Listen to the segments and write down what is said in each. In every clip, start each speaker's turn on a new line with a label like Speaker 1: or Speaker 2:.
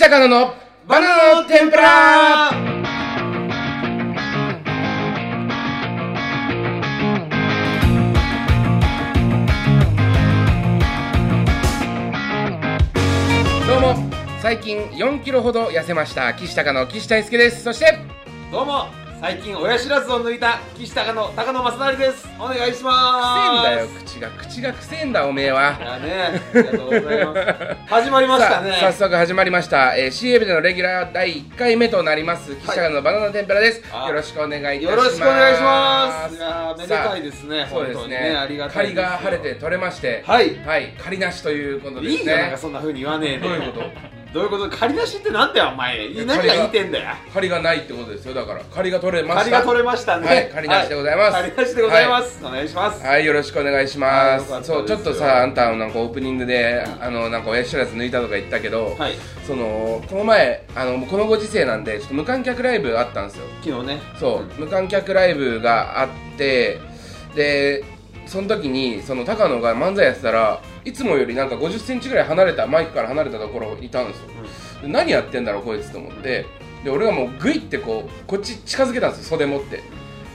Speaker 1: 高野のバナナの天ぷらどうも最近4キロほど痩せました岸高野岸大輔ですそして
Speaker 2: どうも最近親知らずを抜いた岸高野高野正成ですお願いしま
Speaker 1: くせえん
Speaker 2: す
Speaker 1: だよ口が口がくせえんだおめえは
Speaker 2: だねありがとうございます 始まりましたね
Speaker 1: さあ早速始まりました、えー、CM でのレギュラー第1回目となります岸高野のバナナ天ぷらです、
Speaker 2: あ
Speaker 1: よろしくお願いいたします
Speaker 2: よろしくお願いしますいやーめで
Speaker 1: さあ
Speaker 2: たいですね
Speaker 1: そう
Speaker 2: 本
Speaker 1: で
Speaker 2: 当
Speaker 1: す
Speaker 2: に
Speaker 1: ね
Speaker 2: ねありがたいです
Speaker 1: 仮が晴れて取れまして
Speaker 2: はい
Speaker 1: はい仮なしということですね
Speaker 2: いいよなんかそんな風に言わねえで
Speaker 1: どういうこ
Speaker 2: どういうこと借り出しってなんだよお前
Speaker 1: いや
Speaker 2: 何が言いてんだよ
Speaker 1: 仮がないってことですよだから仮が取れました
Speaker 2: 借りが取れましたね
Speaker 1: はい借りなしでございます
Speaker 2: は借りなしでございますお願いします
Speaker 1: はいよろしくお願いしま
Speaker 2: はいよかった
Speaker 1: す
Speaker 2: です
Speaker 1: そうちょっとさあんたなんかオープニングであのなんか親知らず抜いたとか言ったけど、
Speaker 2: はい
Speaker 1: そのこの前あのもうこのご時世なんでちょっと無観客ライブあったんですよ
Speaker 2: 昨日ね
Speaker 1: そう、 無観客ライブがあってでその時にその高野が漫才やってたらいつもよりなんか5 0センチぐらい離れたマイクから離れたところにいたんですよ、で何やってんだろうこいつと思ってで俺がもうグイってこうこっち近づけたんですよ袖持って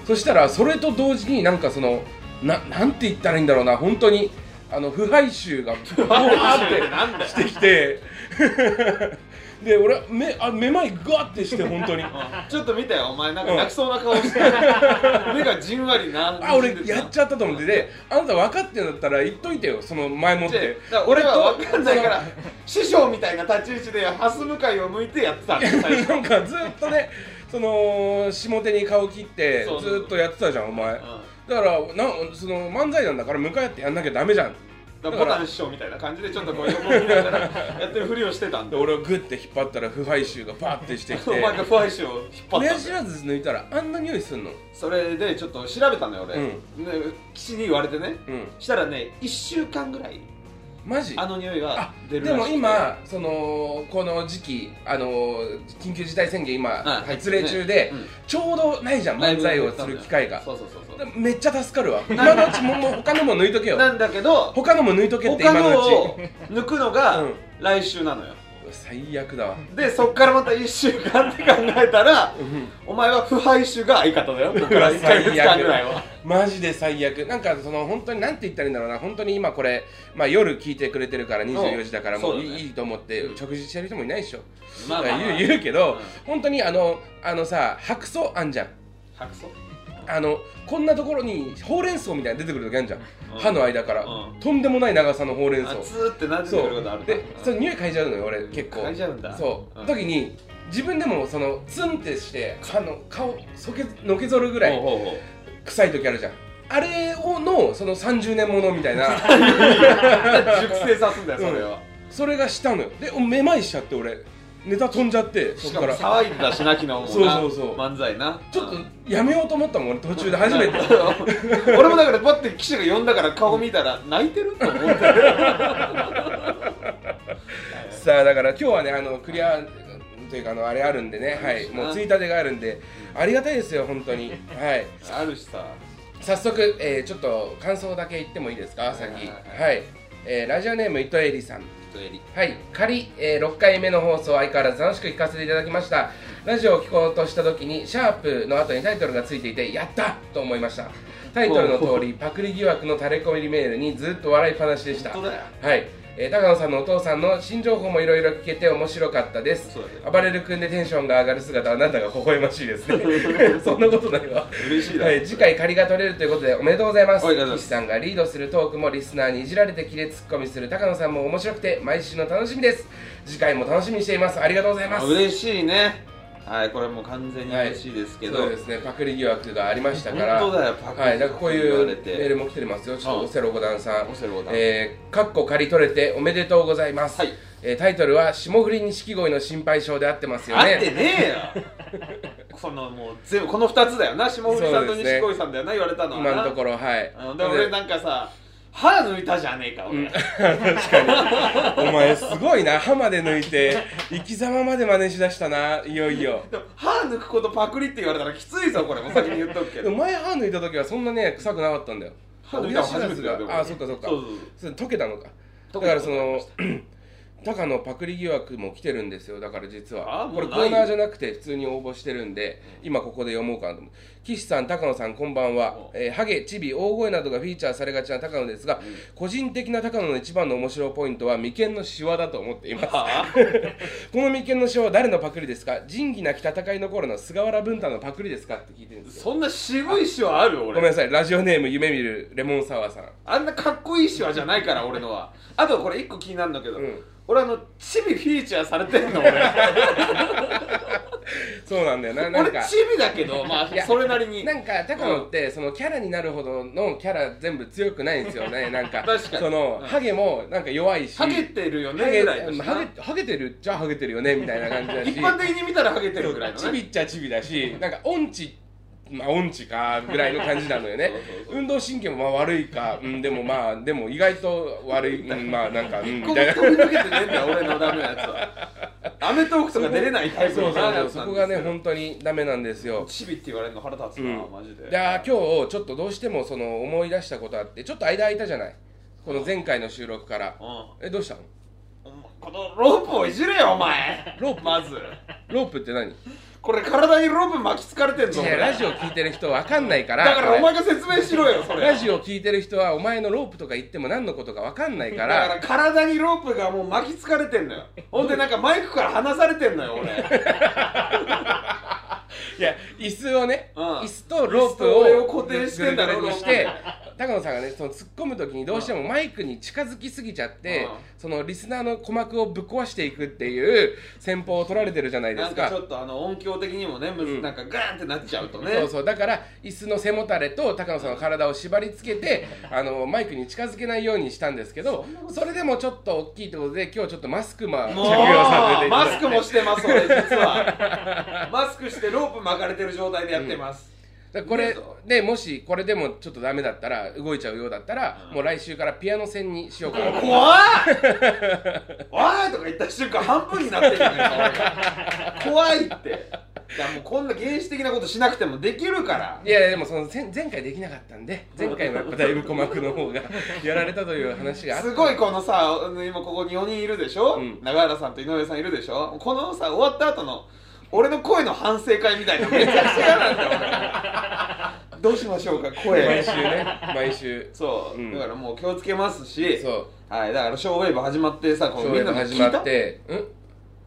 Speaker 1: そしたらそれと同時になんかそのななんて言ったらいいんだろうな本当にあの腐敗臭が ブワーってしてきて で俺目あめまいグワってして本当 に。
Speaker 2: ちょっと見てよお前なんか泣きそうな顔して目がじんわりな
Speaker 1: あ俺やっちゃったと思ってであんた分かってんだったら言っといてよその前もっ
Speaker 2: で
Speaker 1: て
Speaker 2: だから俺は分かんないか
Speaker 1: そ
Speaker 2: ら師匠みたいな立ち位置でハス向かいを向いてやってたん だよ最
Speaker 1: の
Speaker 2: 初
Speaker 1: なんかずっと ねその下手に顔切って
Speaker 2: そう
Speaker 1: ずっとやってたじゃんお前だ
Speaker 2: うん
Speaker 1: からなその漫才なんだから向かい合ってやんなきゃダメじゃん
Speaker 2: だからボタン師匠みたいな感じでちょっとこう横見ながらやってるふりをしてたん
Speaker 1: で
Speaker 2: だ
Speaker 1: 俺をグッて引っ張ったら腐敗臭がバーってしてき
Speaker 2: お前
Speaker 1: て
Speaker 2: が不敗師を引っ張った
Speaker 1: 親
Speaker 2: ん
Speaker 1: 知
Speaker 2: だよ
Speaker 1: らず抜いたらあんな匂いすんの
Speaker 2: それでちょっと調べたのよ俺、
Speaker 1: う
Speaker 2: ね岸に言われてね、
Speaker 1: うん
Speaker 2: したらね1週間ぐらい
Speaker 1: マジ
Speaker 2: あの匂い
Speaker 1: あ
Speaker 2: が出る
Speaker 1: で
Speaker 2: らしく
Speaker 1: も
Speaker 2: て
Speaker 1: 今そのこの時期あの緊急事態宣言今
Speaker 2: はい
Speaker 1: 発令中で、
Speaker 2: うん
Speaker 1: ちょうどないじゃん漫才をする機会が
Speaker 2: そうそうそうそう
Speaker 1: めっちゃ助かるわ今のうちももう他のも抜いとけよ
Speaker 2: なんだけど
Speaker 1: 他のも抜いとけって
Speaker 2: 他
Speaker 1: 今のう
Speaker 2: の
Speaker 1: ち
Speaker 2: を抜くのが
Speaker 1: うん
Speaker 2: 来週なのよ、
Speaker 1: うわ最悪だわ
Speaker 2: でそっからまた1週間って考えたらお前は腐敗臭が相方だよここから1ヶ月間ぐらいは
Speaker 1: マジで最悪なんかその本当になんて言ったらいいんだろうな本当に今これ、まあ、夜聞いてくれてるから24時だからも
Speaker 2: そううだね
Speaker 1: いいと思って食事してる人もいないでしょ、
Speaker 2: まあまあまあ
Speaker 1: 言う言うけど、
Speaker 2: うん
Speaker 1: 本当にあのあのさ白草あんじゃん
Speaker 2: 白草
Speaker 1: あのこんなところにほうれん草みたいなの出てくる時あるじゃん、
Speaker 2: ん
Speaker 1: 歯の間から、
Speaker 2: うん
Speaker 1: とんでもない長さのほうれん草
Speaker 2: 熱ーってなってく
Speaker 1: そ
Speaker 2: ることある
Speaker 1: う
Speaker 2: な
Speaker 1: で
Speaker 2: うん
Speaker 1: そう匂い嗅いじゃうのよ俺結構
Speaker 2: 嗅いじゃうんだ
Speaker 1: そう、
Speaker 2: うん
Speaker 1: 時に自分でもそのツンってしてあの顔そけのけぞるぐら
Speaker 2: ほう
Speaker 1: い
Speaker 2: ほうほう
Speaker 1: 臭い時あるじゃんあれをのその30年ものみたいな
Speaker 2: 熟成さすんだよそれは、
Speaker 1: それがしたのよでめまいしちゃって俺ネタ飛んじゃって
Speaker 2: し
Speaker 1: そ
Speaker 2: か
Speaker 1: っか
Speaker 2: も
Speaker 1: ら
Speaker 2: 騒いでたしな昨日もな
Speaker 1: そうそうそう
Speaker 2: 漫才な
Speaker 1: ちょっと
Speaker 2: うん
Speaker 1: やめようと思ったもん俺途中で初めて
Speaker 2: 俺もだからパッて記者が呼んだから顔見たら泣いてると思って
Speaker 1: さあだから今日はねあのクリアというかあのあれあるんでねはいもうついたてがあるんでありがたいですよ本当にはい
Speaker 2: あるしさ
Speaker 1: 早速、えーちょっと感想だけ言ってもいいですか先
Speaker 2: はいはい
Speaker 1: はい、えーラジオネーム糸えりさん
Speaker 2: とえり
Speaker 1: はい仮、えー6回目の放送相変わらず楽しく聞かせていただきましたラジオを聞こうとした時に「シャープの後にタイトルがついていて「やった!」と思いましたタイトルの通りパクリ疑惑の垂れ込みメールにずっと笑いっぱなしでした
Speaker 2: 本当だよ
Speaker 1: はい、えー高野さんのお父さんの新情報もいろいろ聞けて面白かったです
Speaker 2: そうだね
Speaker 1: 暴れる君でテンションが上がる姿はなんだか微笑ましいですね そんなことないわ
Speaker 2: 嬉しいな
Speaker 1: はい、次回借りが取れるということでおめでとうございます
Speaker 2: おめでとうございます
Speaker 1: 岸さんがリードするトークもリスナーにいじられてキレツッコミする高野さんも面白くて毎週の楽しみです次回も楽しみにしていますありがとうございます
Speaker 2: 嬉しいねはいこれもう完全に
Speaker 1: はい
Speaker 2: 嬉しいですけど、
Speaker 1: そうですねパクリ疑惑がありましたから
Speaker 2: 本当だよパクリ
Speaker 1: はいだからこうい
Speaker 2: 言
Speaker 1: う
Speaker 2: わ
Speaker 1: メ
Speaker 2: れて
Speaker 1: ールも来てますよちょっと
Speaker 2: うん
Speaker 1: オセロ五段さん
Speaker 2: オセロ五段
Speaker 1: えーかっこ借り取れておめでとうございます、
Speaker 2: はい
Speaker 1: えータイトルは霜降り錦鯉の心配性で合ってますよ
Speaker 2: あ
Speaker 1: ね
Speaker 2: ってね えよこのもう全部この2つだよな霜降りさんと
Speaker 1: そうですね
Speaker 2: 錦鯉さんだよな言われたのはな
Speaker 1: 今のところはい
Speaker 2: うんで俺なんかさ歯抜いたじゃねえか俺、
Speaker 1: お前すごいな歯まで抜いて生き様まで真似しだしたないよいよ
Speaker 2: でも歯抜くことパクリって言われたらきついぞこれもう先に言っとくけ
Speaker 1: で
Speaker 2: ど
Speaker 1: も前歯抜いた時はそんなね臭くなかったんだよ
Speaker 2: 歯抜いたの初めてだよでも
Speaker 1: あそっかそっか
Speaker 2: そうそう
Speaker 1: それ溶けたのか
Speaker 2: 溶
Speaker 1: だか
Speaker 2: け た
Speaker 1: らその高野パクリ疑惑も来てるんですよだから実
Speaker 2: あ
Speaker 1: はこ
Speaker 2: もうな
Speaker 1: れ
Speaker 2: い
Speaker 1: コーナーじゃなくて普通に応募してるんで今ここで読もうかなと思う岸さん高野さんこんばんは
Speaker 2: お、
Speaker 1: えーハゲチビ大声などがフィーチャーされがちな高野ですが、個人的な高野の一番の面白いポイントは眉間のシワだと思っています
Speaker 2: はあ
Speaker 1: この眉間のシワは誰のパクリですか仁義なき戦いの頃の菅原文太のパクリですかって聞いてるんですよ
Speaker 2: そんな渋いシワある
Speaker 1: ごめんな
Speaker 2: 俺
Speaker 1: さいラジオネーム夢見るレモンサワーさん
Speaker 2: あんなかっこいいシワじゃないから俺のはあとこれ一個気になるんだけど、
Speaker 1: うん
Speaker 2: 俺あのチビフィーチャーされてんの 俺
Speaker 1: そうなんだよななん
Speaker 2: 俺
Speaker 1: か
Speaker 2: チビだけどま
Speaker 1: い
Speaker 2: あ
Speaker 1: や
Speaker 2: それなりに
Speaker 1: なんか高野ってそのキャラになるほどのキャラ全部強くないんですよ ねなんか
Speaker 2: 確かに
Speaker 1: その
Speaker 2: うん
Speaker 1: ハゲもなんか弱いし
Speaker 2: ハゲてるよね
Speaker 1: ハゲ
Speaker 2: ぐらいだしな
Speaker 1: ハゲハゲてるっちゃハゲてるよねみたいな感じだし
Speaker 2: 一般的に見たらハゲてるぐらいの
Speaker 1: チビ
Speaker 2: ね
Speaker 1: っちゃチビだしなんか音痴まあ音痴かぐらいの感じなのよね
Speaker 2: そうそうそう
Speaker 1: 運動神経もまあ悪いか、うん、でもまあでも意外と悪い、うん、まあなんか、うん、
Speaker 2: 一
Speaker 1: み
Speaker 2: 個も
Speaker 1: たいな
Speaker 2: 飛び抜けてねえんだよ俺のダメなやつはアメトークとか出れないタイプ
Speaker 1: そ
Speaker 2: の
Speaker 1: うそ
Speaker 2: な
Speaker 1: う
Speaker 2: や
Speaker 1: そう
Speaker 2: つ
Speaker 1: そ
Speaker 2: なん
Speaker 1: こ
Speaker 2: で
Speaker 1: が
Speaker 2: す
Speaker 1: ね
Speaker 2: よ
Speaker 1: 本当にダメなんですよ
Speaker 2: チビって言われるの腹立つな、マジで
Speaker 1: であー今日ちょっとどうしてもその思い出したことあってちょっと間空いたじゃないこの前回の収録から
Speaker 2: う
Speaker 1: えどうしたの
Speaker 2: んお前このロープをいじれよお前
Speaker 1: ロープ
Speaker 2: まず
Speaker 1: ロープって何い
Speaker 2: これ体にロープ巻きつかれてんぞ
Speaker 1: や
Speaker 2: 俺
Speaker 1: ラジオ聞いてる人わかんないから
Speaker 2: だから
Speaker 1: こ
Speaker 2: お
Speaker 1: れ
Speaker 2: 前が説明しろよそれ
Speaker 1: ラジオ聞いてる人はお前のロープとか言っても何のことかわかんないから
Speaker 2: だから体にロープがもう巻きつかれてんのよほんでなんかマイクから離されてんのよ俺
Speaker 1: いや椅子をね、
Speaker 2: うん
Speaker 1: 椅子とロープ
Speaker 2: 椅子と俺
Speaker 1: を
Speaker 2: を固定してんだろ
Speaker 1: ぐるぐるぐるにして高野さんがねその突っ込む時にどうしてもマイクに近づきすぎちゃって、
Speaker 2: うん
Speaker 1: そのリスナーの鼓膜をぶっ壊していくっていう戦法を取られてるじゃないで
Speaker 2: なん
Speaker 1: す
Speaker 2: か
Speaker 1: か
Speaker 2: ちょっとあの音響的にもねむず、
Speaker 1: うん
Speaker 2: なんかガーンってなっちゃうとね
Speaker 1: そうそうだから椅子の背もたれと高野さんの体を縛り付けてあのマイクに近づけないようにしたんですけどそれでもちょっと大きいってことで今日ちょっとマスクま着
Speaker 2: も
Speaker 1: 用
Speaker 2: う
Speaker 1: させていただ
Speaker 2: マ
Speaker 1: いて
Speaker 2: スクもしてます俺実はマスクしてロープ巻かれてる状態でやってます、
Speaker 1: だからこ
Speaker 2: いい
Speaker 1: れ
Speaker 2: ぞ
Speaker 1: でもしこれでもちょっとダメだったら動いちゃうようだったら、もう来週からピアノ線にしようかなと
Speaker 2: 怖いおいとか言った瞬間半分になってる ね顔が怖いっていやもうこんな原始的なことしなくてもできるから
Speaker 1: いやいやでもその前前回できなかったんで前回もやっぱだいぶ鼓膜の方がやられたという話があって
Speaker 2: すごいこのさあの今ここに4人いるでしょ、
Speaker 1: うん
Speaker 2: 永原さんと井上さんいるでしょこのさ終わった後の俺の声の反省会みたいなめちゃくちゃ嫌なんだよ 俺どうしましょうか
Speaker 1: 毎
Speaker 2: 声
Speaker 1: 週ね毎週
Speaker 2: そう、
Speaker 1: うん
Speaker 2: だからもう気をつけますし
Speaker 1: そう
Speaker 2: はいだからショーウェーブ始まってさこ
Speaker 1: そうう
Speaker 2: み
Speaker 1: い
Speaker 2: ん
Speaker 1: う
Speaker 2: な
Speaker 1: の
Speaker 2: の
Speaker 1: 始
Speaker 2: 聞い
Speaker 1: まったてうん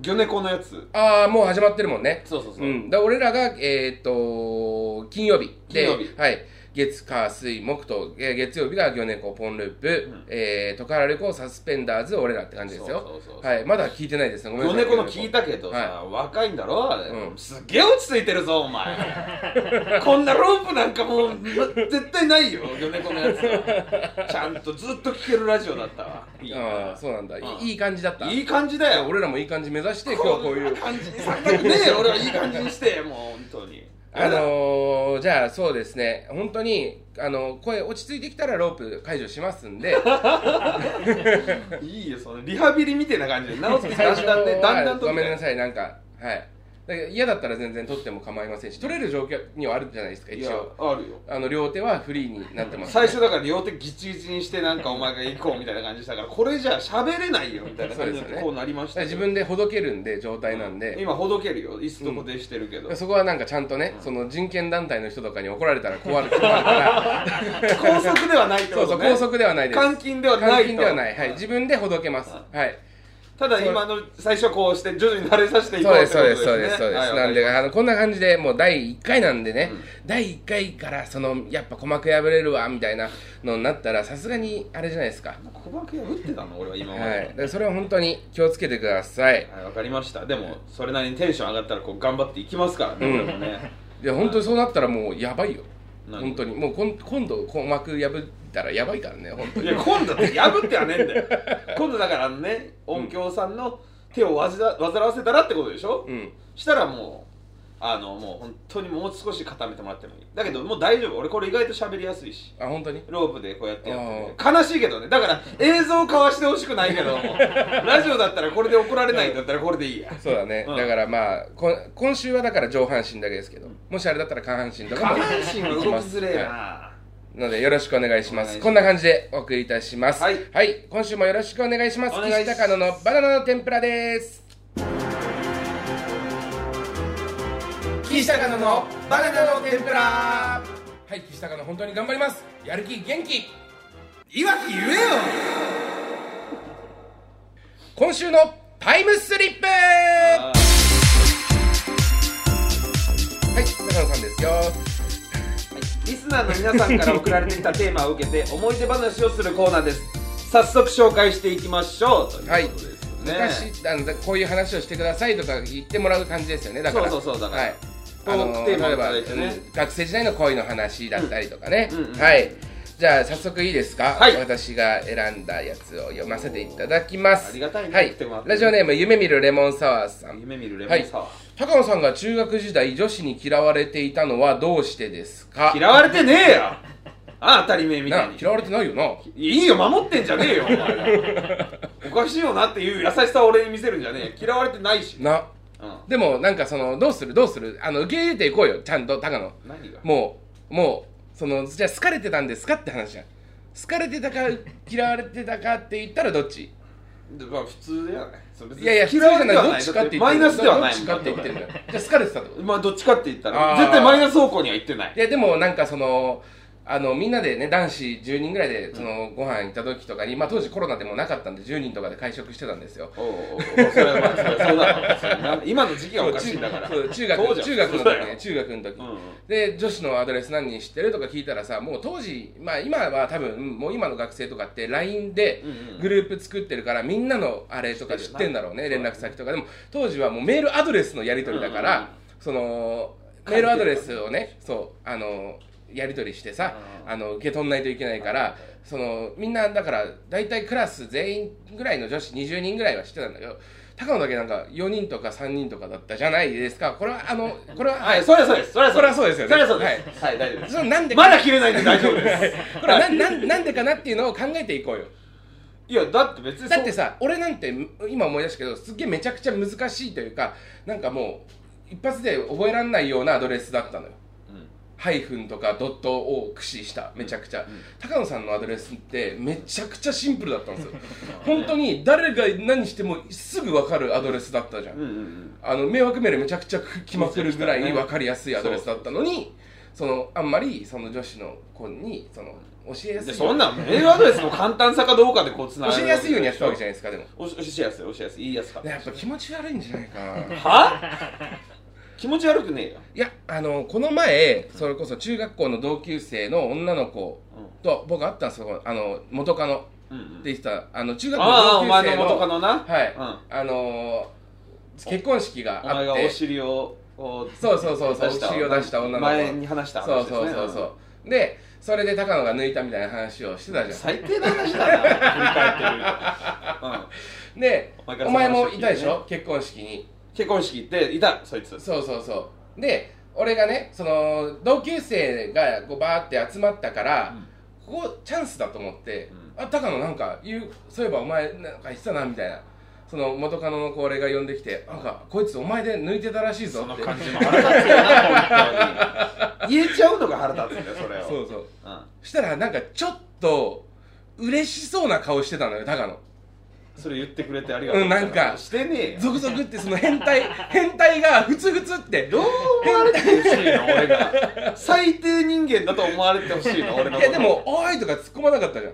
Speaker 2: 魚猫のやつ
Speaker 1: ああもう始まってるもんね
Speaker 2: そうそうそう、
Speaker 1: うん、だから俺らが、えー、と金曜日で
Speaker 2: 金曜日
Speaker 1: はい、月火水木と、えー月曜日が魚猫ポンループ、
Speaker 2: ん
Speaker 1: えー、トカラレコサスペンダーズ俺らって感じです
Speaker 2: そう
Speaker 1: よ
Speaker 2: そうそうそう
Speaker 1: はいまだ聞いてないですねごめんな
Speaker 2: 魚
Speaker 1: さい
Speaker 2: 猫の聞いたけどさ、
Speaker 1: は
Speaker 2: 若いんだろあれ、
Speaker 1: うん
Speaker 2: すっげえ落ち着いてるぞ お前こんなロープなんかもうな絶対ないよ魚猫のやつはちゃんとずっと聞けるラジオだったわいい
Speaker 1: ああ
Speaker 2: な
Speaker 1: そうなんだい
Speaker 2: うん
Speaker 1: いいい感じだった
Speaker 2: いい感じだよ
Speaker 1: 俺らもいい感じ目指して今日
Speaker 2: こ
Speaker 1: こう いう
Speaker 2: な感じにされたくねえよ俺はいい感じにしてもう本当に
Speaker 1: あのー、じゃあそうですね本当にあの声落ち着いてきたらロープ解除しますん で
Speaker 2: いいよそのリハビリみたいな感じで直ってきて
Speaker 1: 最
Speaker 2: だ
Speaker 1: 初
Speaker 2: んだんねだんだんと
Speaker 1: ごめんな
Speaker 2: ね
Speaker 1: さいなんかはいだけど嫌だったら全然取っても構いませんし取れる状況にはあるじゃないですか
Speaker 2: い
Speaker 1: 一
Speaker 2: や
Speaker 1: 応
Speaker 2: あるよ
Speaker 1: あの両手はフリーになってます、
Speaker 2: 最初だから両手ギチギチにしてなんかお前が行こうみたいな感じしたからこれじゃ喋れないよみたいな感じ
Speaker 1: そう
Speaker 2: で
Speaker 1: ですよね
Speaker 2: こうなりまし
Speaker 1: だか
Speaker 2: たけ
Speaker 1: ら
Speaker 2: ど
Speaker 1: 自分でほどけるんで状態なんで、
Speaker 2: 今ほどけるよ椅子と固定してるけど、
Speaker 1: そこはなんかちゃんとね、その人権団体の人とかに怒られたら困る困る から
Speaker 2: 高速ではないって
Speaker 1: そう
Speaker 2: こ
Speaker 1: そ
Speaker 2: と
Speaker 1: う
Speaker 2: ね
Speaker 1: 拘束ではないです
Speaker 2: 監禁ではないと
Speaker 1: 監禁ではない、はい、自分でほどけます、
Speaker 2: う
Speaker 1: はい
Speaker 2: ただ今の最初こうして徐々に慣れさせていこ
Speaker 1: そうう
Speaker 2: って
Speaker 1: で
Speaker 2: こ
Speaker 1: す、
Speaker 2: と
Speaker 1: そう
Speaker 2: で
Speaker 1: ですす、
Speaker 2: ね
Speaker 1: そうです、そうです。なん
Speaker 2: は
Speaker 1: で、
Speaker 2: い
Speaker 1: あの、こんな感じで、もう第1回なんでね、第1回から、その、やっぱ鼓膜破れるわ、みたいなのになったら、さすがに、あれじゃないですか。
Speaker 2: 小馬鹿打ってたの俺は今まで、
Speaker 1: はい。だからそれは本当に気をつけてください。
Speaker 2: はいわかりましたでもそれなりにテンション上がったらこう頑張っていきますからね、
Speaker 1: うん
Speaker 2: 俺もね
Speaker 1: いや、本当にそうなったら、もう、やばいよ。
Speaker 2: なるほ
Speaker 1: 本
Speaker 2: ど
Speaker 1: 当に。もうこん、今度、鼓膜破ったら、やばいからね、本当
Speaker 2: い
Speaker 1: に。
Speaker 2: や今度って破ってはねえんだよ今度だからあのね音響さんの手をわずら煩わせたらってことでしょ、
Speaker 1: うん。
Speaker 2: したらもうあのもう本当にもう少し固めてもらってもいいだけどもう大丈夫俺これ意外と喋りやすいし
Speaker 1: あ、本当に
Speaker 2: ロープでこうやってやってて悲しいけどねだから映像かわしてほしくない けどもラジオだったらこれで怒られないんだったらこれでいいや
Speaker 1: そうだね、
Speaker 2: うん
Speaker 1: だからまあこ今週はだから上半身だけですけどもしあれだったら下半身と
Speaker 2: 下
Speaker 1: かも
Speaker 2: 半身は動きづれえな
Speaker 1: のでよろしくお願いしま
Speaker 2: お願いしますす
Speaker 1: こんな感じでお送りいたします
Speaker 2: はい
Speaker 1: 今週もよろしくお願いします
Speaker 2: お願いし
Speaker 1: 岸高野のバナナの天ぷらです岸高野のバナナの天ぷらはい岸高野本当に頑張りますやる気元気
Speaker 2: いわき言えよ
Speaker 1: 今週のタイムスリップ
Speaker 2: あ
Speaker 1: はい高野さんですよ
Speaker 2: ーはいリスナーの皆さんから送られてきたテーマを受けて思い出話をするコーナーです早速紹介していきましょうということ
Speaker 1: はい
Speaker 2: ですね、
Speaker 1: 昔あのこういう話をしてくださいとか言ってもらう感じですよねだから
Speaker 2: そうそうそうだから
Speaker 1: はい
Speaker 2: トークテーマをいただいてね
Speaker 1: 例えばうん学生時代の恋の話だったりとかね、
Speaker 2: うんうんうん
Speaker 1: はいじゃあ早速いいですか、
Speaker 2: はい
Speaker 1: 私が選んだやつを読ませていただきます
Speaker 2: ありがたいね
Speaker 1: は
Speaker 2: 来
Speaker 1: い
Speaker 2: てもらって、
Speaker 1: ラジオネーム夢見るレモンサワーさん
Speaker 2: 夢見るレモ
Speaker 1: は
Speaker 2: ン
Speaker 1: い
Speaker 2: サワー、
Speaker 1: 高野さんが中学時代女子に嫌われていたのはどうしてですか
Speaker 2: 嫌われてねえよあ当たり前みたい
Speaker 1: な
Speaker 2: に
Speaker 1: 嫌われてないよない
Speaker 2: いよ守ってんじゃねえよお前らおかしいよなっていう優しさを俺に見せるんじゃねえ嫌われてないし、
Speaker 1: な
Speaker 2: うん、
Speaker 1: でもなんかそのどうするどうするあの受け入れていこうよちゃんと高野
Speaker 2: 何が
Speaker 1: もうもうそのじゃあ好かれてたんですかって話じゃん好かれてたか嫌われてたかって言ったらどっち
Speaker 2: でまあ普通だよねそう別に
Speaker 1: いやいや
Speaker 2: 嫌われては
Speaker 1: ど
Speaker 2: な
Speaker 1: っ
Speaker 2: い
Speaker 1: ちかって言ってる
Speaker 2: マイナスではない
Speaker 1: どっち
Speaker 2: もん
Speaker 1: かって言ってるんだよじゃあ好かれてたってこと
Speaker 2: まあどっちかって言った
Speaker 1: あ
Speaker 2: ら
Speaker 1: ー
Speaker 2: 絶対マイナス方向には行ってない
Speaker 1: いやでもなんかそのあのみんなでね男子10人ぐらいでそのご飯行った時とかに、まあ、当時コロナでもなかったんで10人とかで会食してたんですよ
Speaker 2: おうおうおうそれはまあそれはそうだろそれな今の時期はおかしいんだから
Speaker 1: そう中学
Speaker 2: 当時は
Speaker 1: 中学の
Speaker 2: そうだ
Speaker 1: 時
Speaker 2: よ
Speaker 1: ね中学の時、
Speaker 2: うんうん
Speaker 1: で女子のアドレス何人知ってるとか聞いたらさもう当時まあ今は多分もう今の学生とかって LINE で
Speaker 2: うんうん
Speaker 1: グループ作ってるからみんなのあれとか知ってんだろうね
Speaker 2: 知って
Speaker 1: 連
Speaker 2: るな
Speaker 1: 絡先とかでも当時はもうメールアドレスのやり取りだか
Speaker 2: うんうん
Speaker 1: らそのメ
Speaker 2: 書
Speaker 1: ー
Speaker 2: いてる
Speaker 1: ルアドレスをねそうあのやり取りしてさ
Speaker 2: うん
Speaker 1: あの受け取んないといけないからそのみんなだから大体クラス全員ぐらいの女子20人ぐらいは知ってたんだけど高野だけなんか4人とか3人とかだったじゃないですかこれはあのこれは
Speaker 2: はいそれはそうですそれは
Speaker 1: それはそうですよね
Speaker 2: それはそうですはい大丈夫です
Speaker 1: そのなんでか
Speaker 2: まだ切れないんで大丈夫です
Speaker 1: ほらななんなんでかなっていうのを考えていこうよ
Speaker 2: いやだって別にそう
Speaker 1: だってさ俺なんて今思い出したけどすっげえめちゃくちゃ難しいというかなんかもう一発で覚えられないようなアドレスだったのよ
Speaker 2: うん
Speaker 1: ハイフンとかドットを駆使しためちゃくちゃ、高野さんのアドレスってめちゃくちゃシンプルだったんですよ本当に誰が何してもすぐ分かるアドレスだったじゃん、
Speaker 2: うんうんうん
Speaker 1: あの迷惑メールめちゃくちゃ来まくるぐらい分かりやすいアドレスだったのにそのあんまりその女子の子にその教えやす
Speaker 2: で
Speaker 1: い
Speaker 2: そんなんメールアドレスの簡単さかどうかでこうつなが
Speaker 1: 教えやすいようにやったわけじ
Speaker 2: ゃ
Speaker 1: ゃないですかでも
Speaker 2: ん教えやすい教えやすい言いやす かった
Speaker 1: やっぱ気持ち悪いんじゃないか な
Speaker 2: は気持ち悪くねえよ
Speaker 1: いやあのこの前それこそ中学校の同級生の女の子と僕会ったんですよあの元カノ
Speaker 2: うんうん
Speaker 1: って言ってたあの中学校
Speaker 2: ああお
Speaker 1: の同級
Speaker 2: 前
Speaker 1: 生
Speaker 2: の
Speaker 1: の
Speaker 2: 元カノな
Speaker 1: はい、
Speaker 2: うん
Speaker 1: あの結婚式が
Speaker 2: お
Speaker 1: あ
Speaker 2: 前
Speaker 1: っ
Speaker 2: が
Speaker 1: て
Speaker 2: お尻をこう
Speaker 1: そうそうそうそうお尻を出した女の子
Speaker 2: 前に話した
Speaker 1: そう
Speaker 2: 話ですね
Speaker 1: そうそうそうでそれで高野が抜いたみたいな話をしてた
Speaker 2: うん
Speaker 1: じゃ
Speaker 2: 最低な話だ な振り返ってみるとうん
Speaker 1: んで
Speaker 2: お前から
Speaker 1: お
Speaker 2: その話
Speaker 1: 前もいたでし
Speaker 2: 聞いて
Speaker 1: ょ結婚式に
Speaker 2: 結婚式行っていたそいつ
Speaker 1: そうそうそうで俺がねその同級生がこうバーって集まったから、ここチャンスだと思って、あ高野なんか言うそういえばお前なんか言ってたなみたいなその元カノの子俺が呼んできてなんかこいつお前で抜いてたらしいぞ
Speaker 2: その
Speaker 1: って
Speaker 2: 感じも腹立つよな本当に言えちゃうのが腹立つんだよそれを
Speaker 1: そうそう
Speaker 2: うん
Speaker 1: したらなんかちょっと嬉しそうな顔してたのよ高野
Speaker 2: それ言ってくれてありがとう
Speaker 1: うんなんか
Speaker 2: してねえよ
Speaker 1: ゾクゾクってその変態 変態がふつふつって
Speaker 2: どう思われてほしいの俺が最低人間だと思われてほしいの俺の
Speaker 1: い
Speaker 2: こと
Speaker 1: やでも「おーい!」とか突っ込まなかったじゃん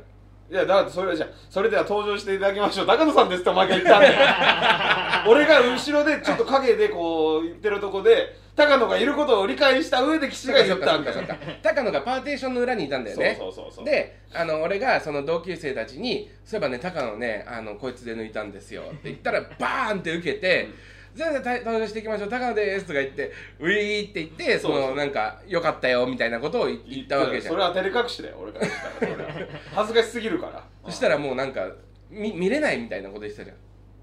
Speaker 2: いやだってそれはじゃあそれでは登場していただきましょう高野さんですってお前が言ったんだ よ俺が後ろでちょっと影でこう言ってるとこで高野がいることを理解した上で岸が言ったんだ
Speaker 1: そ
Speaker 2: よ
Speaker 1: っかそっかそっか高野がパーテーションの裏にいたんだよね
Speaker 2: そうそうそうそう
Speaker 1: であの俺がその同級生たちに「そういえばね高野ねあのこいつで抜いたんですよ」って言ったらバーンって受けて「じゃあ登場していきましょう高野です」とか言って「ウィー」って言ってそ
Speaker 2: そう
Speaker 1: の
Speaker 2: そう
Speaker 1: なんか「よかったよ」みたいなことを言言ったわけじゃん
Speaker 2: それは照れ隠しだよ俺からしたらそれは恥ずかしすぎるから
Speaker 1: そしたらもうなんか見見れないみたいなこと言ってたじゃん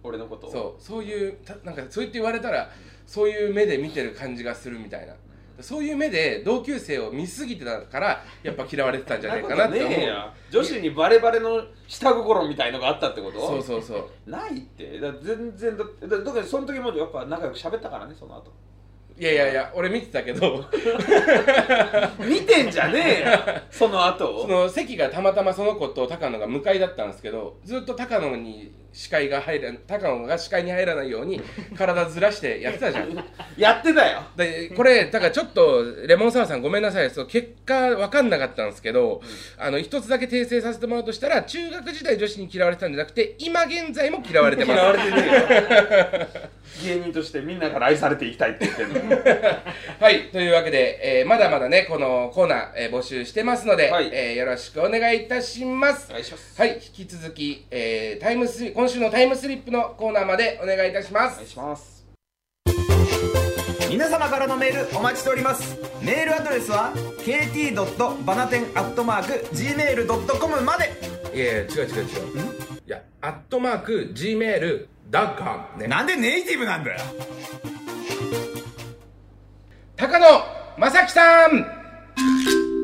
Speaker 2: 俺のことを
Speaker 1: そうそういうたなんかそう言って言われたらそういう目で見てる感じがするみたいなそういう目で同級生を見すぎてたからやっぱ嫌われてたんじゃないかなって
Speaker 2: そんことねえ
Speaker 1: 思
Speaker 2: や女子にバレバレの下心みたいのがあったってこと
Speaker 1: うそうそうそう
Speaker 2: ないってだから全然だってだだからその時もやっぱ仲良く喋ったからねその後
Speaker 1: いやいやいや俺見てたけど
Speaker 2: 見てんじゃねえよその
Speaker 1: そ
Speaker 2: 後を
Speaker 1: の席がたまたまその子と高野が向かいだったんですけどずっと高野に視界が入ら高野が視界に入らないように体ずらしてやってたじゃ ん
Speaker 2: やってたよ
Speaker 1: でこれだからちょっとレモンサワーさんごめんなさいそう結果分かんなかったんですけど、あの一つだけ訂正させてもらうとしたら中学時代女子に嫌われてたんじゃなくて今現在も嫌われてます
Speaker 2: 嫌われてねえよ 芸人としてみんなから愛されていきたいって言っ てるの
Speaker 1: はいというわけで、えーまだまだねこのコーナー、えー募集してますので、
Speaker 2: はい
Speaker 1: えーよろしくお願いいたします
Speaker 2: お願いします
Speaker 1: はい引き続き、えータイムスリ今週のタイムスリップのコーナーまでお願いいたしま
Speaker 2: お
Speaker 1: す
Speaker 2: 願いします
Speaker 3: 皆様からのメールお待ちしておりますメールアドレスは kt. バナテンアットマーク gmail.com まで
Speaker 1: いやいや違う違う違ういやアットマーク Gmail ダッカンね
Speaker 3: なんでネイティブなんだよ
Speaker 1: 高野正樹さん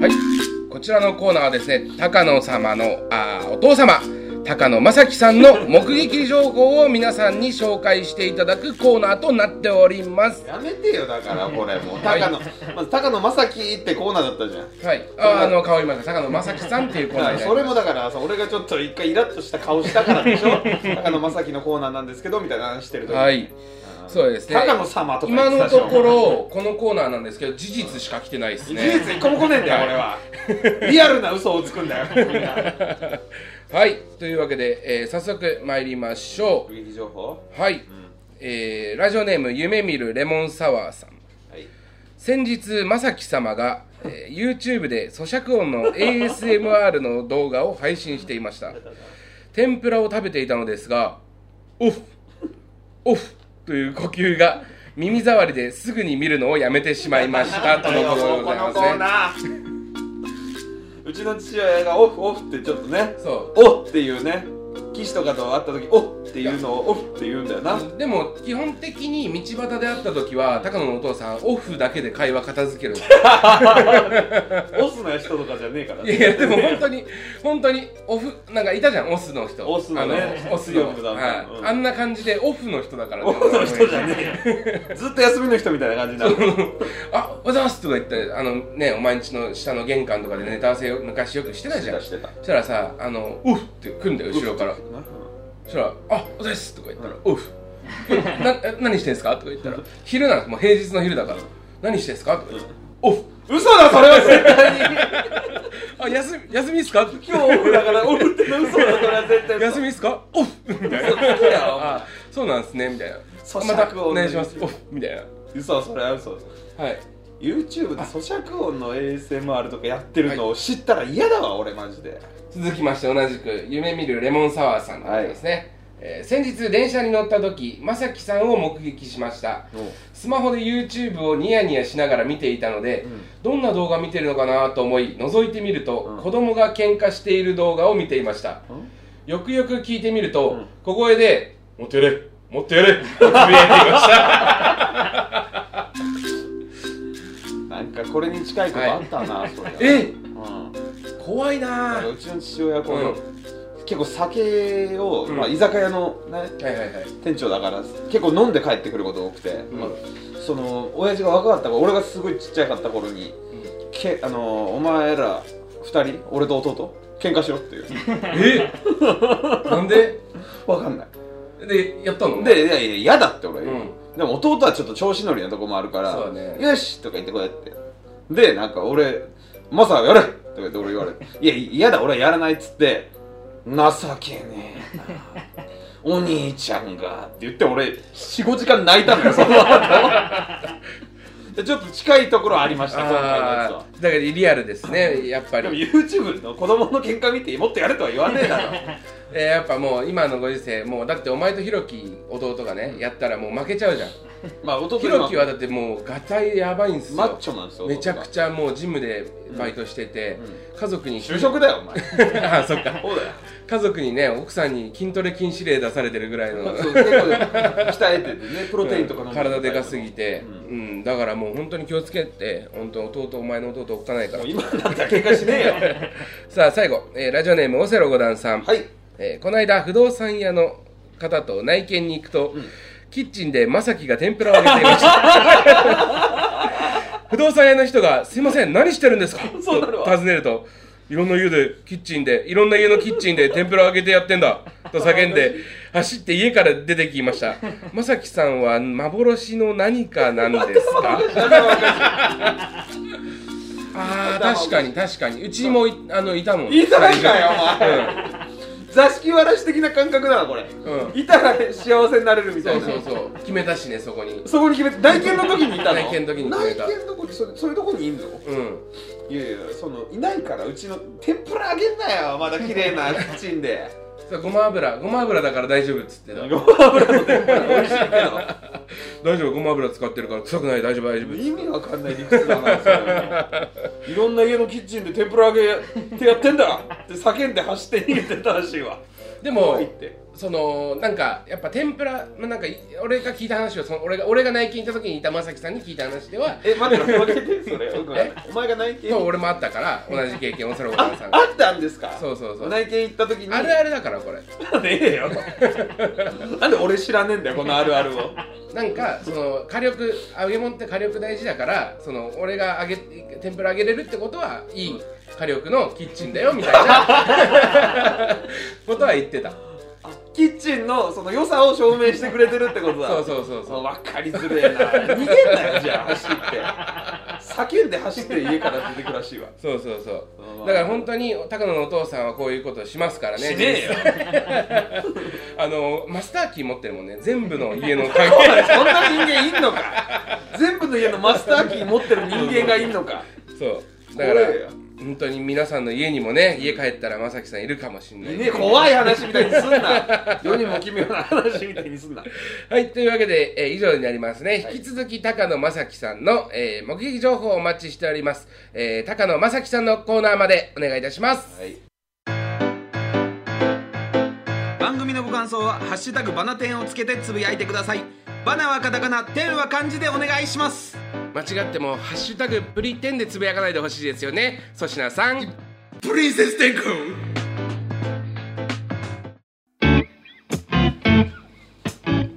Speaker 1: はいこちらのコーナーはですね高野様のあーお父様高野正樹さんの目撃情報を皆さんに紹介していただくコーナーとなっております
Speaker 2: やめてよだからこれもう
Speaker 1: はい
Speaker 2: 高野、まず高野正樹ってコーナーだったじゃん
Speaker 1: はいあーあの変わりました高野正樹さんっていうコー
Speaker 2: だ
Speaker 1: ナー
Speaker 2: から
Speaker 1: で
Speaker 2: それもだからさ俺がちょっと一回イラッとした顔したからでしょ 高野正樹のコーナーなんですけどみたいな話してる時、
Speaker 1: はいそうですね
Speaker 2: 高野様とか言
Speaker 1: 今
Speaker 2: って
Speaker 1: の
Speaker 2: たじゃん
Speaker 1: ところこのコーナーなんですけど事実しか来てないです
Speaker 2: 事
Speaker 1: ね
Speaker 2: 実一個も来ねえんだよ俺はリアルな嘘をつく んだよみんな
Speaker 1: はいというわけで、えー早速参りましょ
Speaker 2: 目撃情報
Speaker 1: うはい、えーラジオネーム夢見るレモンサワーさん
Speaker 2: はい
Speaker 1: 先日正樹様が、えー YouTube で咀嚼音の ASMR の動画を配信していました天ぷらを食べていたのですがオフオフという呼吸が耳障りですぐに見るのをやめてしまいましたとのことでございます
Speaker 2: このコー
Speaker 1: ね
Speaker 2: ナーうちの父親がオフオフってちょっとね
Speaker 1: そう
Speaker 2: おっていうね騎士とかと会った時おっていうのをオフって言うんだ よな
Speaker 1: でも基本的に道端で会った時は高野のお父さんオフだけで会話片付けるい
Speaker 2: オスな人とかじゃねえから
Speaker 1: やいやでも本当に本当にオフなんかいたじゃんオスの人
Speaker 2: オスのね
Speaker 1: あのオスの
Speaker 2: 強くだもん
Speaker 1: はい
Speaker 2: うん
Speaker 1: あんな感じでオフの人だから
Speaker 2: オフの人じゃねえよずっと休みの人みたいな感じになる
Speaker 1: あおはようございますとか言ってあのねお前んちの下の玄関とかでネタ合わせを昔よくしてたじゃん
Speaker 2: してたして
Speaker 1: したらさあのオフって来るんだよ後ろから
Speaker 2: な
Speaker 1: そしたら「あおです」とか言ったら「オフ」なえ「何してんすか?」とか言った ら「昼なんですもう平日の昼だから何してんすか?」とか言って「オフ」
Speaker 2: 嘘だそれは絶対に
Speaker 1: あ休み休みっすか
Speaker 2: 今日オフだからオフっての嘘だそれは絶対嘘
Speaker 1: 休みっすかオフみたいな
Speaker 2: 嘘だよお前
Speaker 1: あそうなんですねみたいな
Speaker 2: 咀嚼
Speaker 1: また
Speaker 2: 音
Speaker 1: お願いしますオフみたいな
Speaker 2: 嘘それは嘘
Speaker 1: はい
Speaker 2: YouTube で咀嚼音の ASMR とかやってるのを知ったら嫌だわ俺マジで
Speaker 1: 続きまして同じく夢見るレモンサワーさんの方ですね、えー先日電車に乗った時正樹さんを目撃しましたスマホで YouTube をニヤニヤしながら見ていたので、どんな動画見てるのかなと思い覗いてみると、
Speaker 2: うん
Speaker 1: 子供が喧嘩している動画を見ていました、
Speaker 2: うん
Speaker 1: よくよく聞いてみると、
Speaker 2: うん
Speaker 1: 小声で「持ってやれ持ってやれ」とつぶやいていました
Speaker 2: なんかこれに近いことあったなそれ
Speaker 1: え
Speaker 2: うん
Speaker 1: 怖い
Speaker 2: だ
Speaker 1: な
Speaker 2: から
Speaker 1: ぁ
Speaker 2: うちの父親この
Speaker 1: うん
Speaker 2: 結構酒を
Speaker 1: うん
Speaker 2: まあ居酒屋のね
Speaker 1: はいはいはい
Speaker 2: 店長だから結構飲んで帰ってくること多くて
Speaker 1: ん
Speaker 2: まあその親父が若かった頃俺がすごいちっちゃかった頃にけあのお前ら二人俺と弟喧嘩しろっていう
Speaker 1: えなんで
Speaker 2: わかんない
Speaker 1: でやったの
Speaker 2: で、いやいや、嫌だって俺、
Speaker 1: うん
Speaker 2: でも弟はちょっと調子乗りなとこもあるから、
Speaker 1: そうね
Speaker 2: よしとか言ってこうやって。で、なんか俺、マサやれとか言って俺言われて、いや、嫌だ、俺はやらないっつって、情けね えな。お兄ちゃんがって言って俺、4、5時間泣いたのよ、その後でちょっと近いところありました、今回のやつ
Speaker 1: あ
Speaker 2: は。
Speaker 1: ーだからリアルですねやっぱ
Speaker 2: でも
Speaker 1: り、
Speaker 2: YouTube の子供の喧嘩見てもっとやれとは言わねえだろ
Speaker 1: えーやっぱもう今のご時世もうだってお前とひろき弟がねやったらもう負けちゃうじゃん
Speaker 2: まあ弟
Speaker 1: ひろきはだ
Speaker 2: 今
Speaker 1: ってもうガタイやばいんすよ
Speaker 2: マッチョなんですよ
Speaker 1: めちゃくちゃもうジムでバイトしてて、家族に
Speaker 2: 就職だよお前
Speaker 1: あそっか
Speaker 2: そうだよ
Speaker 1: 家族にね奥さんに筋トレ禁止令出されてるぐらいの
Speaker 2: そう結構鍛えててねプロテインとか飲んで
Speaker 1: 体でかすぎて、
Speaker 2: うん
Speaker 1: うんだからもう本当に気をつけて本当弟お前の弟置かないから
Speaker 2: もう今なんて喧嘩しねえよ
Speaker 1: さあ最後、えーラジオネームオセロ五段さん、
Speaker 2: はい
Speaker 1: えーこの間不動産屋の方と内見に行くと、キッチンでまさきが天ぷらを揚げていました 不動産屋の人が「すいません何してるんですか?」と
Speaker 2: そうなるわ
Speaker 1: 尋ねると「いろんな家でキッチンでいろんな家のキッチンで天ぷらを揚げてやってんだ」と叫ん で走って家から出てきましたまさきさんは幻の何かなん ですかあー確かに確かにうちもいあのいたもん
Speaker 2: いたらんかよお
Speaker 1: 最
Speaker 2: 前
Speaker 1: 初うん
Speaker 2: 座敷わらし的な感覚だなこれ、
Speaker 1: うん
Speaker 2: いたら幸せになれるみた
Speaker 1: そ
Speaker 2: いうな
Speaker 1: そうそう決めたしねそこに
Speaker 2: そこに決めて内見の時にいたの
Speaker 1: 内見の時に決めた
Speaker 2: 内見の時それそういうとこにいんの
Speaker 1: うん
Speaker 2: いやいやそのいないからうちの天ぷらあげんなよまだ綺麗なキッチンで
Speaker 1: そうごま油ごま油だから大丈夫っつってた
Speaker 2: ごま油の天ぷら美味しいけ
Speaker 1: 大丈夫ごま油使ってるから臭くない大丈夫大丈夫
Speaker 2: ど意味わかんない理屈だなそれいろんな家のキッチンで天ぷらあげてやってんだって叫んで走って逃げてたらしいわ
Speaker 1: で
Speaker 2: 怖
Speaker 1: も
Speaker 2: いって
Speaker 1: そのなんかやっぱ天ぷらまあなんかい俺が聞いた話はその俺が俺が内勤行った時にいた正樹さんに聞いた話では
Speaker 2: え待って分けてそれよくわかんないお前が内見
Speaker 1: そう俺もあったから同じ経験をそれお
Speaker 2: あ
Speaker 1: 母さんが
Speaker 2: あったんですか
Speaker 1: そうそうそう
Speaker 2: 内見行った時に
Speaker 1: あるあるだからこれ
Speaker 2: ねえよなんで俺知らねえんだよこのあるあるを
Speaker 1: なんかその火力揚げ物って火力大事だからその俺が揚げ天ぷら揚げれるってことはいい火力のキッチンだよみたいなことは言ってた
Speaker 2: キッチンのその良さを証明してくれてるってことだ
Speaker 1: そうそうそうそう
Speaker 2: 分かりづれえな逃げんなよじゃあ走って叫んで走って家から出てくらしいわ
Speaker 1: そうそうそううんだから本当に高野のお父さんはこういうことをしますからね
Speaker 2: しねえよ
Speaker 1: あのマスターキー持ってるもんね全部の家の 関
Speaker 2: お
Speaker 1: 係
Speaker 2: いそんな人間いんのか全部の家のマスターキー持ってる人間がいんのか
Speaker 1: そうだから
Speaker 2: 怖いよ
Speaker 1: 本当に皆さんの家にもね家帰ったら正樹さんいるかもしれない
Speaker 2: ねえ怖い話みたいにすんな世にも奇妙な話みたいにすんな
Speaker 1: はい、というわけで、えー以上になりますね。引き続き、高野正樹さんの、えー目撃情報をお待ちしております。えー高野正樹さんのコーナーまでお願いいたします。
Speaker 3: 番組のご感想は「ハッシュタグバナテン」をつけてつぶやいてくださいバナはカタカナテンは漢字でお願いします
Speaker 1: 間違っても、ハッシュタグプリテンでつぶやかないでほしいですよね。粗品さん。
Speaker 3: プリンセス天空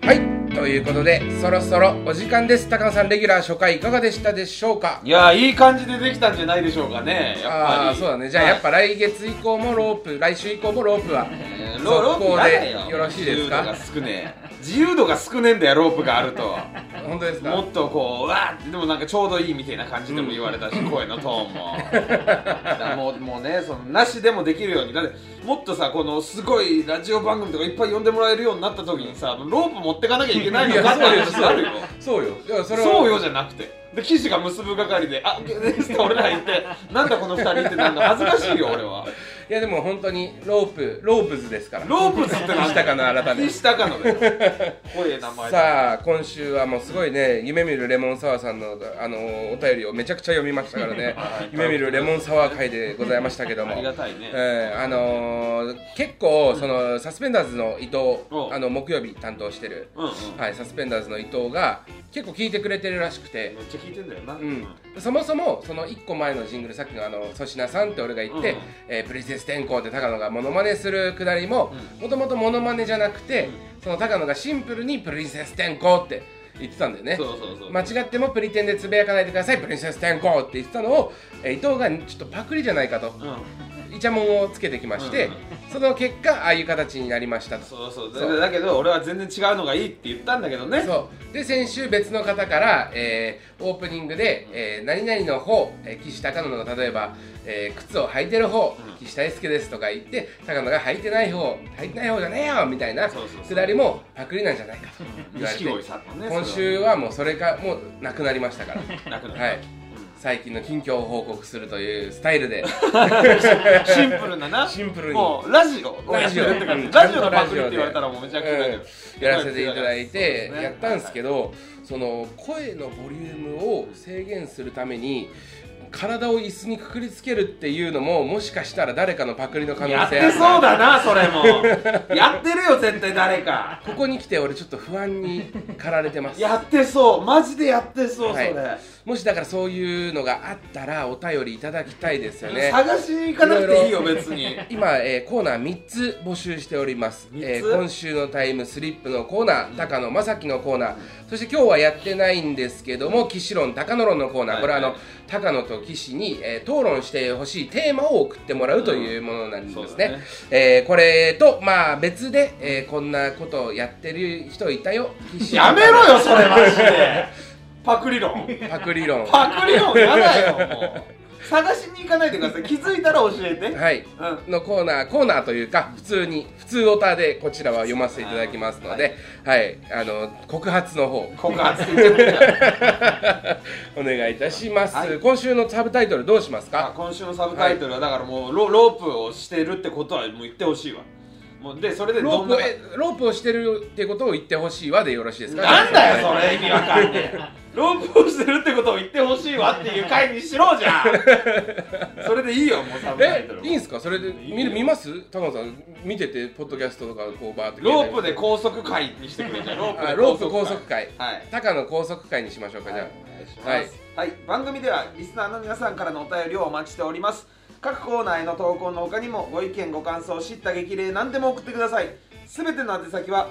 Speaker 1: はい、ということで、そろそろお時間です。高野さん、レギュラー初回いかがでしたでしょうか
Speaker 2: いやーいい感じでできたんじゃないでしょうかねやっぱり
Speaker 1: ああー、そうだね。じゃあ、やっぱ来月以降もロープ、来週以降もロープは、
Speaker 2: えーロ
Speaker 1: 続
Speaker 2: ロープ
Speaker 1: 行
Speaker 2: が
Speaker 1: で
Speaker 2: よ
Speaker 1: よろしいですか
Speaker 2: 自由度が少ねえ自由度が少ねえんだよロープがあると
Speaker 1: 本当ですか
Speaker 2: もっとこうわーってでもなんかちょうどいいみたいな感じでも言われたし、声のトーンもだからもうもうねそのなしでもできるようにだってもっとさこのすごいラジオ番組とかいっぱい呼んでもらえるようになった時にさロープ持ってかなきゃいけないのかって話になるよ
Speaker 1: そうよ。いや それは
Speaker 2: そうよじゃなくてで記事が結ぶ係で「あゲスト俺ら行ってなんだこの二人」ってなんだ恥ずかしいよ俺はい
Speaker 1: やでも本当にロープロープズですから
Speaker 2: ロープつってなん
Speaker 1: したかな改めて
Speaker 2: 岸高野だよ こういう名前だ
Speaker 1: さあ今週はもうすごいね夢見るレモンサワーさんのあのお便りをめちゃくちゃ読みましたからね
Speaker 2: はい
Speaker 1: 夢見るレモンサワー会でございましたけども
Speaker 2: ありがたいね
Speaker 1: えーあのー結構そのサスペンダーズの伊藤
Speaker 2: おう
Speaker 1: あの木曜日担当してる
Speaker 2: うんうん
Speaker 1: はいサスペンダーズの伊藤が結構聞いてくれてるらしくて
Speaker 2: めっちゃ聞いてんだよな、
Speaker 1: うん、そもそもその1個前のジングルさっきのあの粗品さんって俺が言って、
Speaker 2: うん
Speaker 1: えープリンセス天候って高野がモノマネするくだりももともとモノマネじゃなくて、その高野がシンプルにプリンセス天候って言ってたんだよね
Speaker 2: そうそうそう、
Speaker 1: 間違ってもプリテンでつぶやかないでくださいプリンセス天候って言ってたのを、えー伊藤がちょっとパクリじゃないかと、
Speaker 2: う
Speaker 1: イチャモンをつけてきまして、
Speaker 2: うん
Speaker 1: その結果ああいう形になりましたと
Speaker 2: ん、そうそう
Speaker 1: そう
Speaker 2: だだけど俺は全然違うのがいいって言ったんだけどね
Speaker 1: そうで先週別の方から、えーオープニングで、えー何々の方、えー岸高野の例えば、えー靴を履いてる方、岸大輔ですとか言って高野が履いてない方履いてない方じゃねえよみたいな
Speaker 2: そうそうそう
Speaker 1: くだりもパクリなんじゃないかと言われて
Speaker 2: 錦鯉さんのね
Speaker 1: 今週はもうそれがもうなくなりましたから
Speaker 2: なくなった
Speaker 1: はい最近の近況を報告するというスタイルで
Speaker 2: シンプルなな
Speaker 1: シンプルに
Speaker 2: もうラジオをやってるって感じラジオのパクリって言われたらもうめちゃくちゃだけど、
Speaker 1: うんやらせていただいて
Speaker 2: そうですね
Speaker 1: やったんですけどその声のボリュームを制限するために体を椅子にくくりつけるっていうのももしかしたら誰かのパクリの可能性
Speaker 2: や
Speaker 1: あ
Speaker 2: っ
Speaker 1: る
Speaker 2: てそうだなそれも やってるよ絶対誰か
Speaker 1: ここに来て俺ちょっと不安に駆られてます
Speaker 2: やってそうマジでやってそうそれ、
Speaker 1: はいもしだからそういうのがあったらお便りいただきたいですよね
Speaker 2: 探しに行かなくていいよ別に
Speaker 1: 今、えーコーナー3つ募集しております、
Speaker 2: 三つ
Speaker 1: えー今週のタイムスリップのコーナー高野正樹のコーナーそして今日はやってないんですけども岸論高野論のコーナー
Speaker 2: はい
Speaker 1: これはあの、
Speaker 2: はい
Speaker 1: 高野と岸に、えー討論してほしいテーマを送ってもらうというものになりますね,、
Speaker 2: そうだね
Speaker 1: えーこれとまあ別で、えーこんなことをやってる人いたよ岸
Speaker 2: やめろよそれマジでパクリ論
Speaker 1: パクリ論
Speaker 2: パクリ論やだよもう探しに行かないでください気づいたら教えて、
Speaker 1: はい、
Speaker 2: う
Speaker 1: のコーナーコーナーというか普通に普通オタでこちらは読ませていただきますので、はい、あの告発の方
Speaker 2: 告発する
Speaker 1: お願いいたします、
Speaker 2: はい
Speaker 1: 今週のサブタイトルどうします
Speaker 2: あ
Speaker 1: か
Speaker 2: 今週のサブタイトルはだからもうロロープをしてるってことはもう言ってほしいわもうでそれで
Speaker 1: ロ
Speaker 2: ど
Speaker 1: ー
Speaker 2: んな
Speaker 1: プえロープをしてるってことを言ってほしいわでよろしいですか
Speaker 2: なんだよそれ意味わかんねえ ロープをしてるってことを言ってほしいわっていう回にしろじゃん それでいいよもうサブタイ
Speaker 1: え
Speaker 2: トルはい
Speaker 1: いんすかそれで
Speaker 2: いいよ
Speaker 1: 見る見ます高野さん見ててポッドキャストとかこうバーって
Speaker 2: ロープで高速回にしてくれじゃんロ
Speaker 1: あ
Speaker 2: ー
Speaker 1: ロー
Speaker 2: プ
Speaker 1: プ
Speaker 2: で
Speaker 1: 高
Speaker 2: 高
Speaker 1: 速
Speaker 2: 速
Speaker 1: 会
Speaker 2: 回はい
Speaker 1: 高野高速会にしましょうか、じゃあ
Speaker 2: はい、はい番組ではリスナーの皆さんからのお便りをお待ちしております各コーナーへの投稿の他にもご意見ご感想知った激励何でも送ってくださいすべての宛先は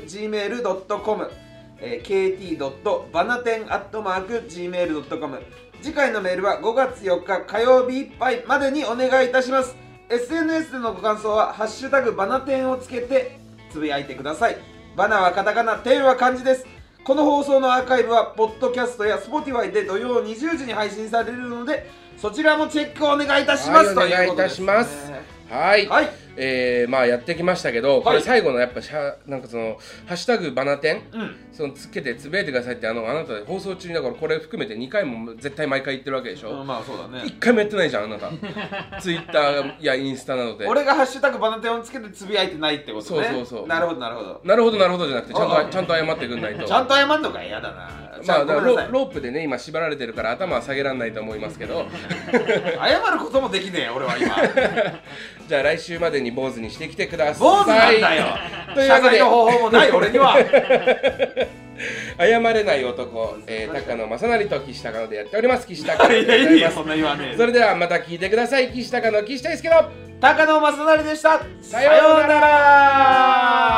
Speaker 2: kt.banaten.gmail.com えー kt.banaten.gmail.com 次回のメールは5月4日火曜日いっぱいまでにお願いいたします SNS でのご感想は「ハッシュタグバナテン」をつけてつぶやいてくださいバナはカタカナテンは漢字ですこの放送のアーカイブはポッドキャストや Spotify で土曜20時に配信されるのでそちらもチェックをお願いいたします、
Speaker 1: はい
Speaker 2: という
Speaker 1: お願い
Speaker 2: こと
Speaker 1: いた
Speaker 2: です
Speaker 1: し
Speaker 2: ね
Speaker 1: ますはい、
Speaker 2: はい
Speaker 1: えーまあやってきましたけど、こ
Speaker 2: は
Speaker 1: れ
Speaker 2: い
Speaker 1: 最後のやっぱしゃなんかそのハッシュタグバナテン、
Speaker 2: うん
Speaker 1: そのつけてつぶやいてくださいってあのあなた放送中にだからこれ含めて2回も絶対毎回言ってるわけでし
Speaker 2: う
Speaker 1: ょ、
Speaker 2: んまあそうだ
Speaker 1: 一
Speaker 2: ね
Speaker 1: 1回もやってないじゃんあなた ツイッターやインスタなどで
Speaker 2: 俺が「ハッシュタグバナテン」をつけてつぶやいてないってことね
Speaker 1: そうそうそう
Speaker 2: なるほどなるほど
Speaker 1: なるほどなるほどじゃなくてちゃん
Speaker 2: あ
Speaker 1: とちゃんと謝ってくんないと
Speaker 2: ちゃんと謝んのかいやだなじ
Speaker 1: ま
Speaker 2: ゃ
Speaker 1: あ
Speaker 2: あ
Speaker 1: だ
Speaker 2: ご
Speaker 1: から
Speaker 2: めん
Speaker 1: ロ
Speaker 2: なさい
Speaker 1: ロープでね今縛られてるから頭は下げられないと思いますけど
Speaker 2: 謝ることもできねえ 俺は今
Speaker 1: じゃあ来週までに坊主にしてきてください
Speaker 2: 坊主なんだよ
Speaker 1: というわ
Speaker 2: 謝
Speaker 1: けで
Speaker 2: 罪の方法もない俺 には
Speaker 1: 謝れない男、えー、高野正成と岸高野でやっております岸高野
Speaker 2: い
Speaker 1: で
Speaker 2: や
Speaker 1: ござ
Speaker 2: いい
Speaker 1: いま
Speaker 2: よ
Speaker 1: す
Speaker 2: そんな言わねえ
Speaker 1: それではまた聞いてください岸高野岸大輔の
Speaker 2: 高野正成でした
Speaker 1: さようなら
Speaker 2: さようなら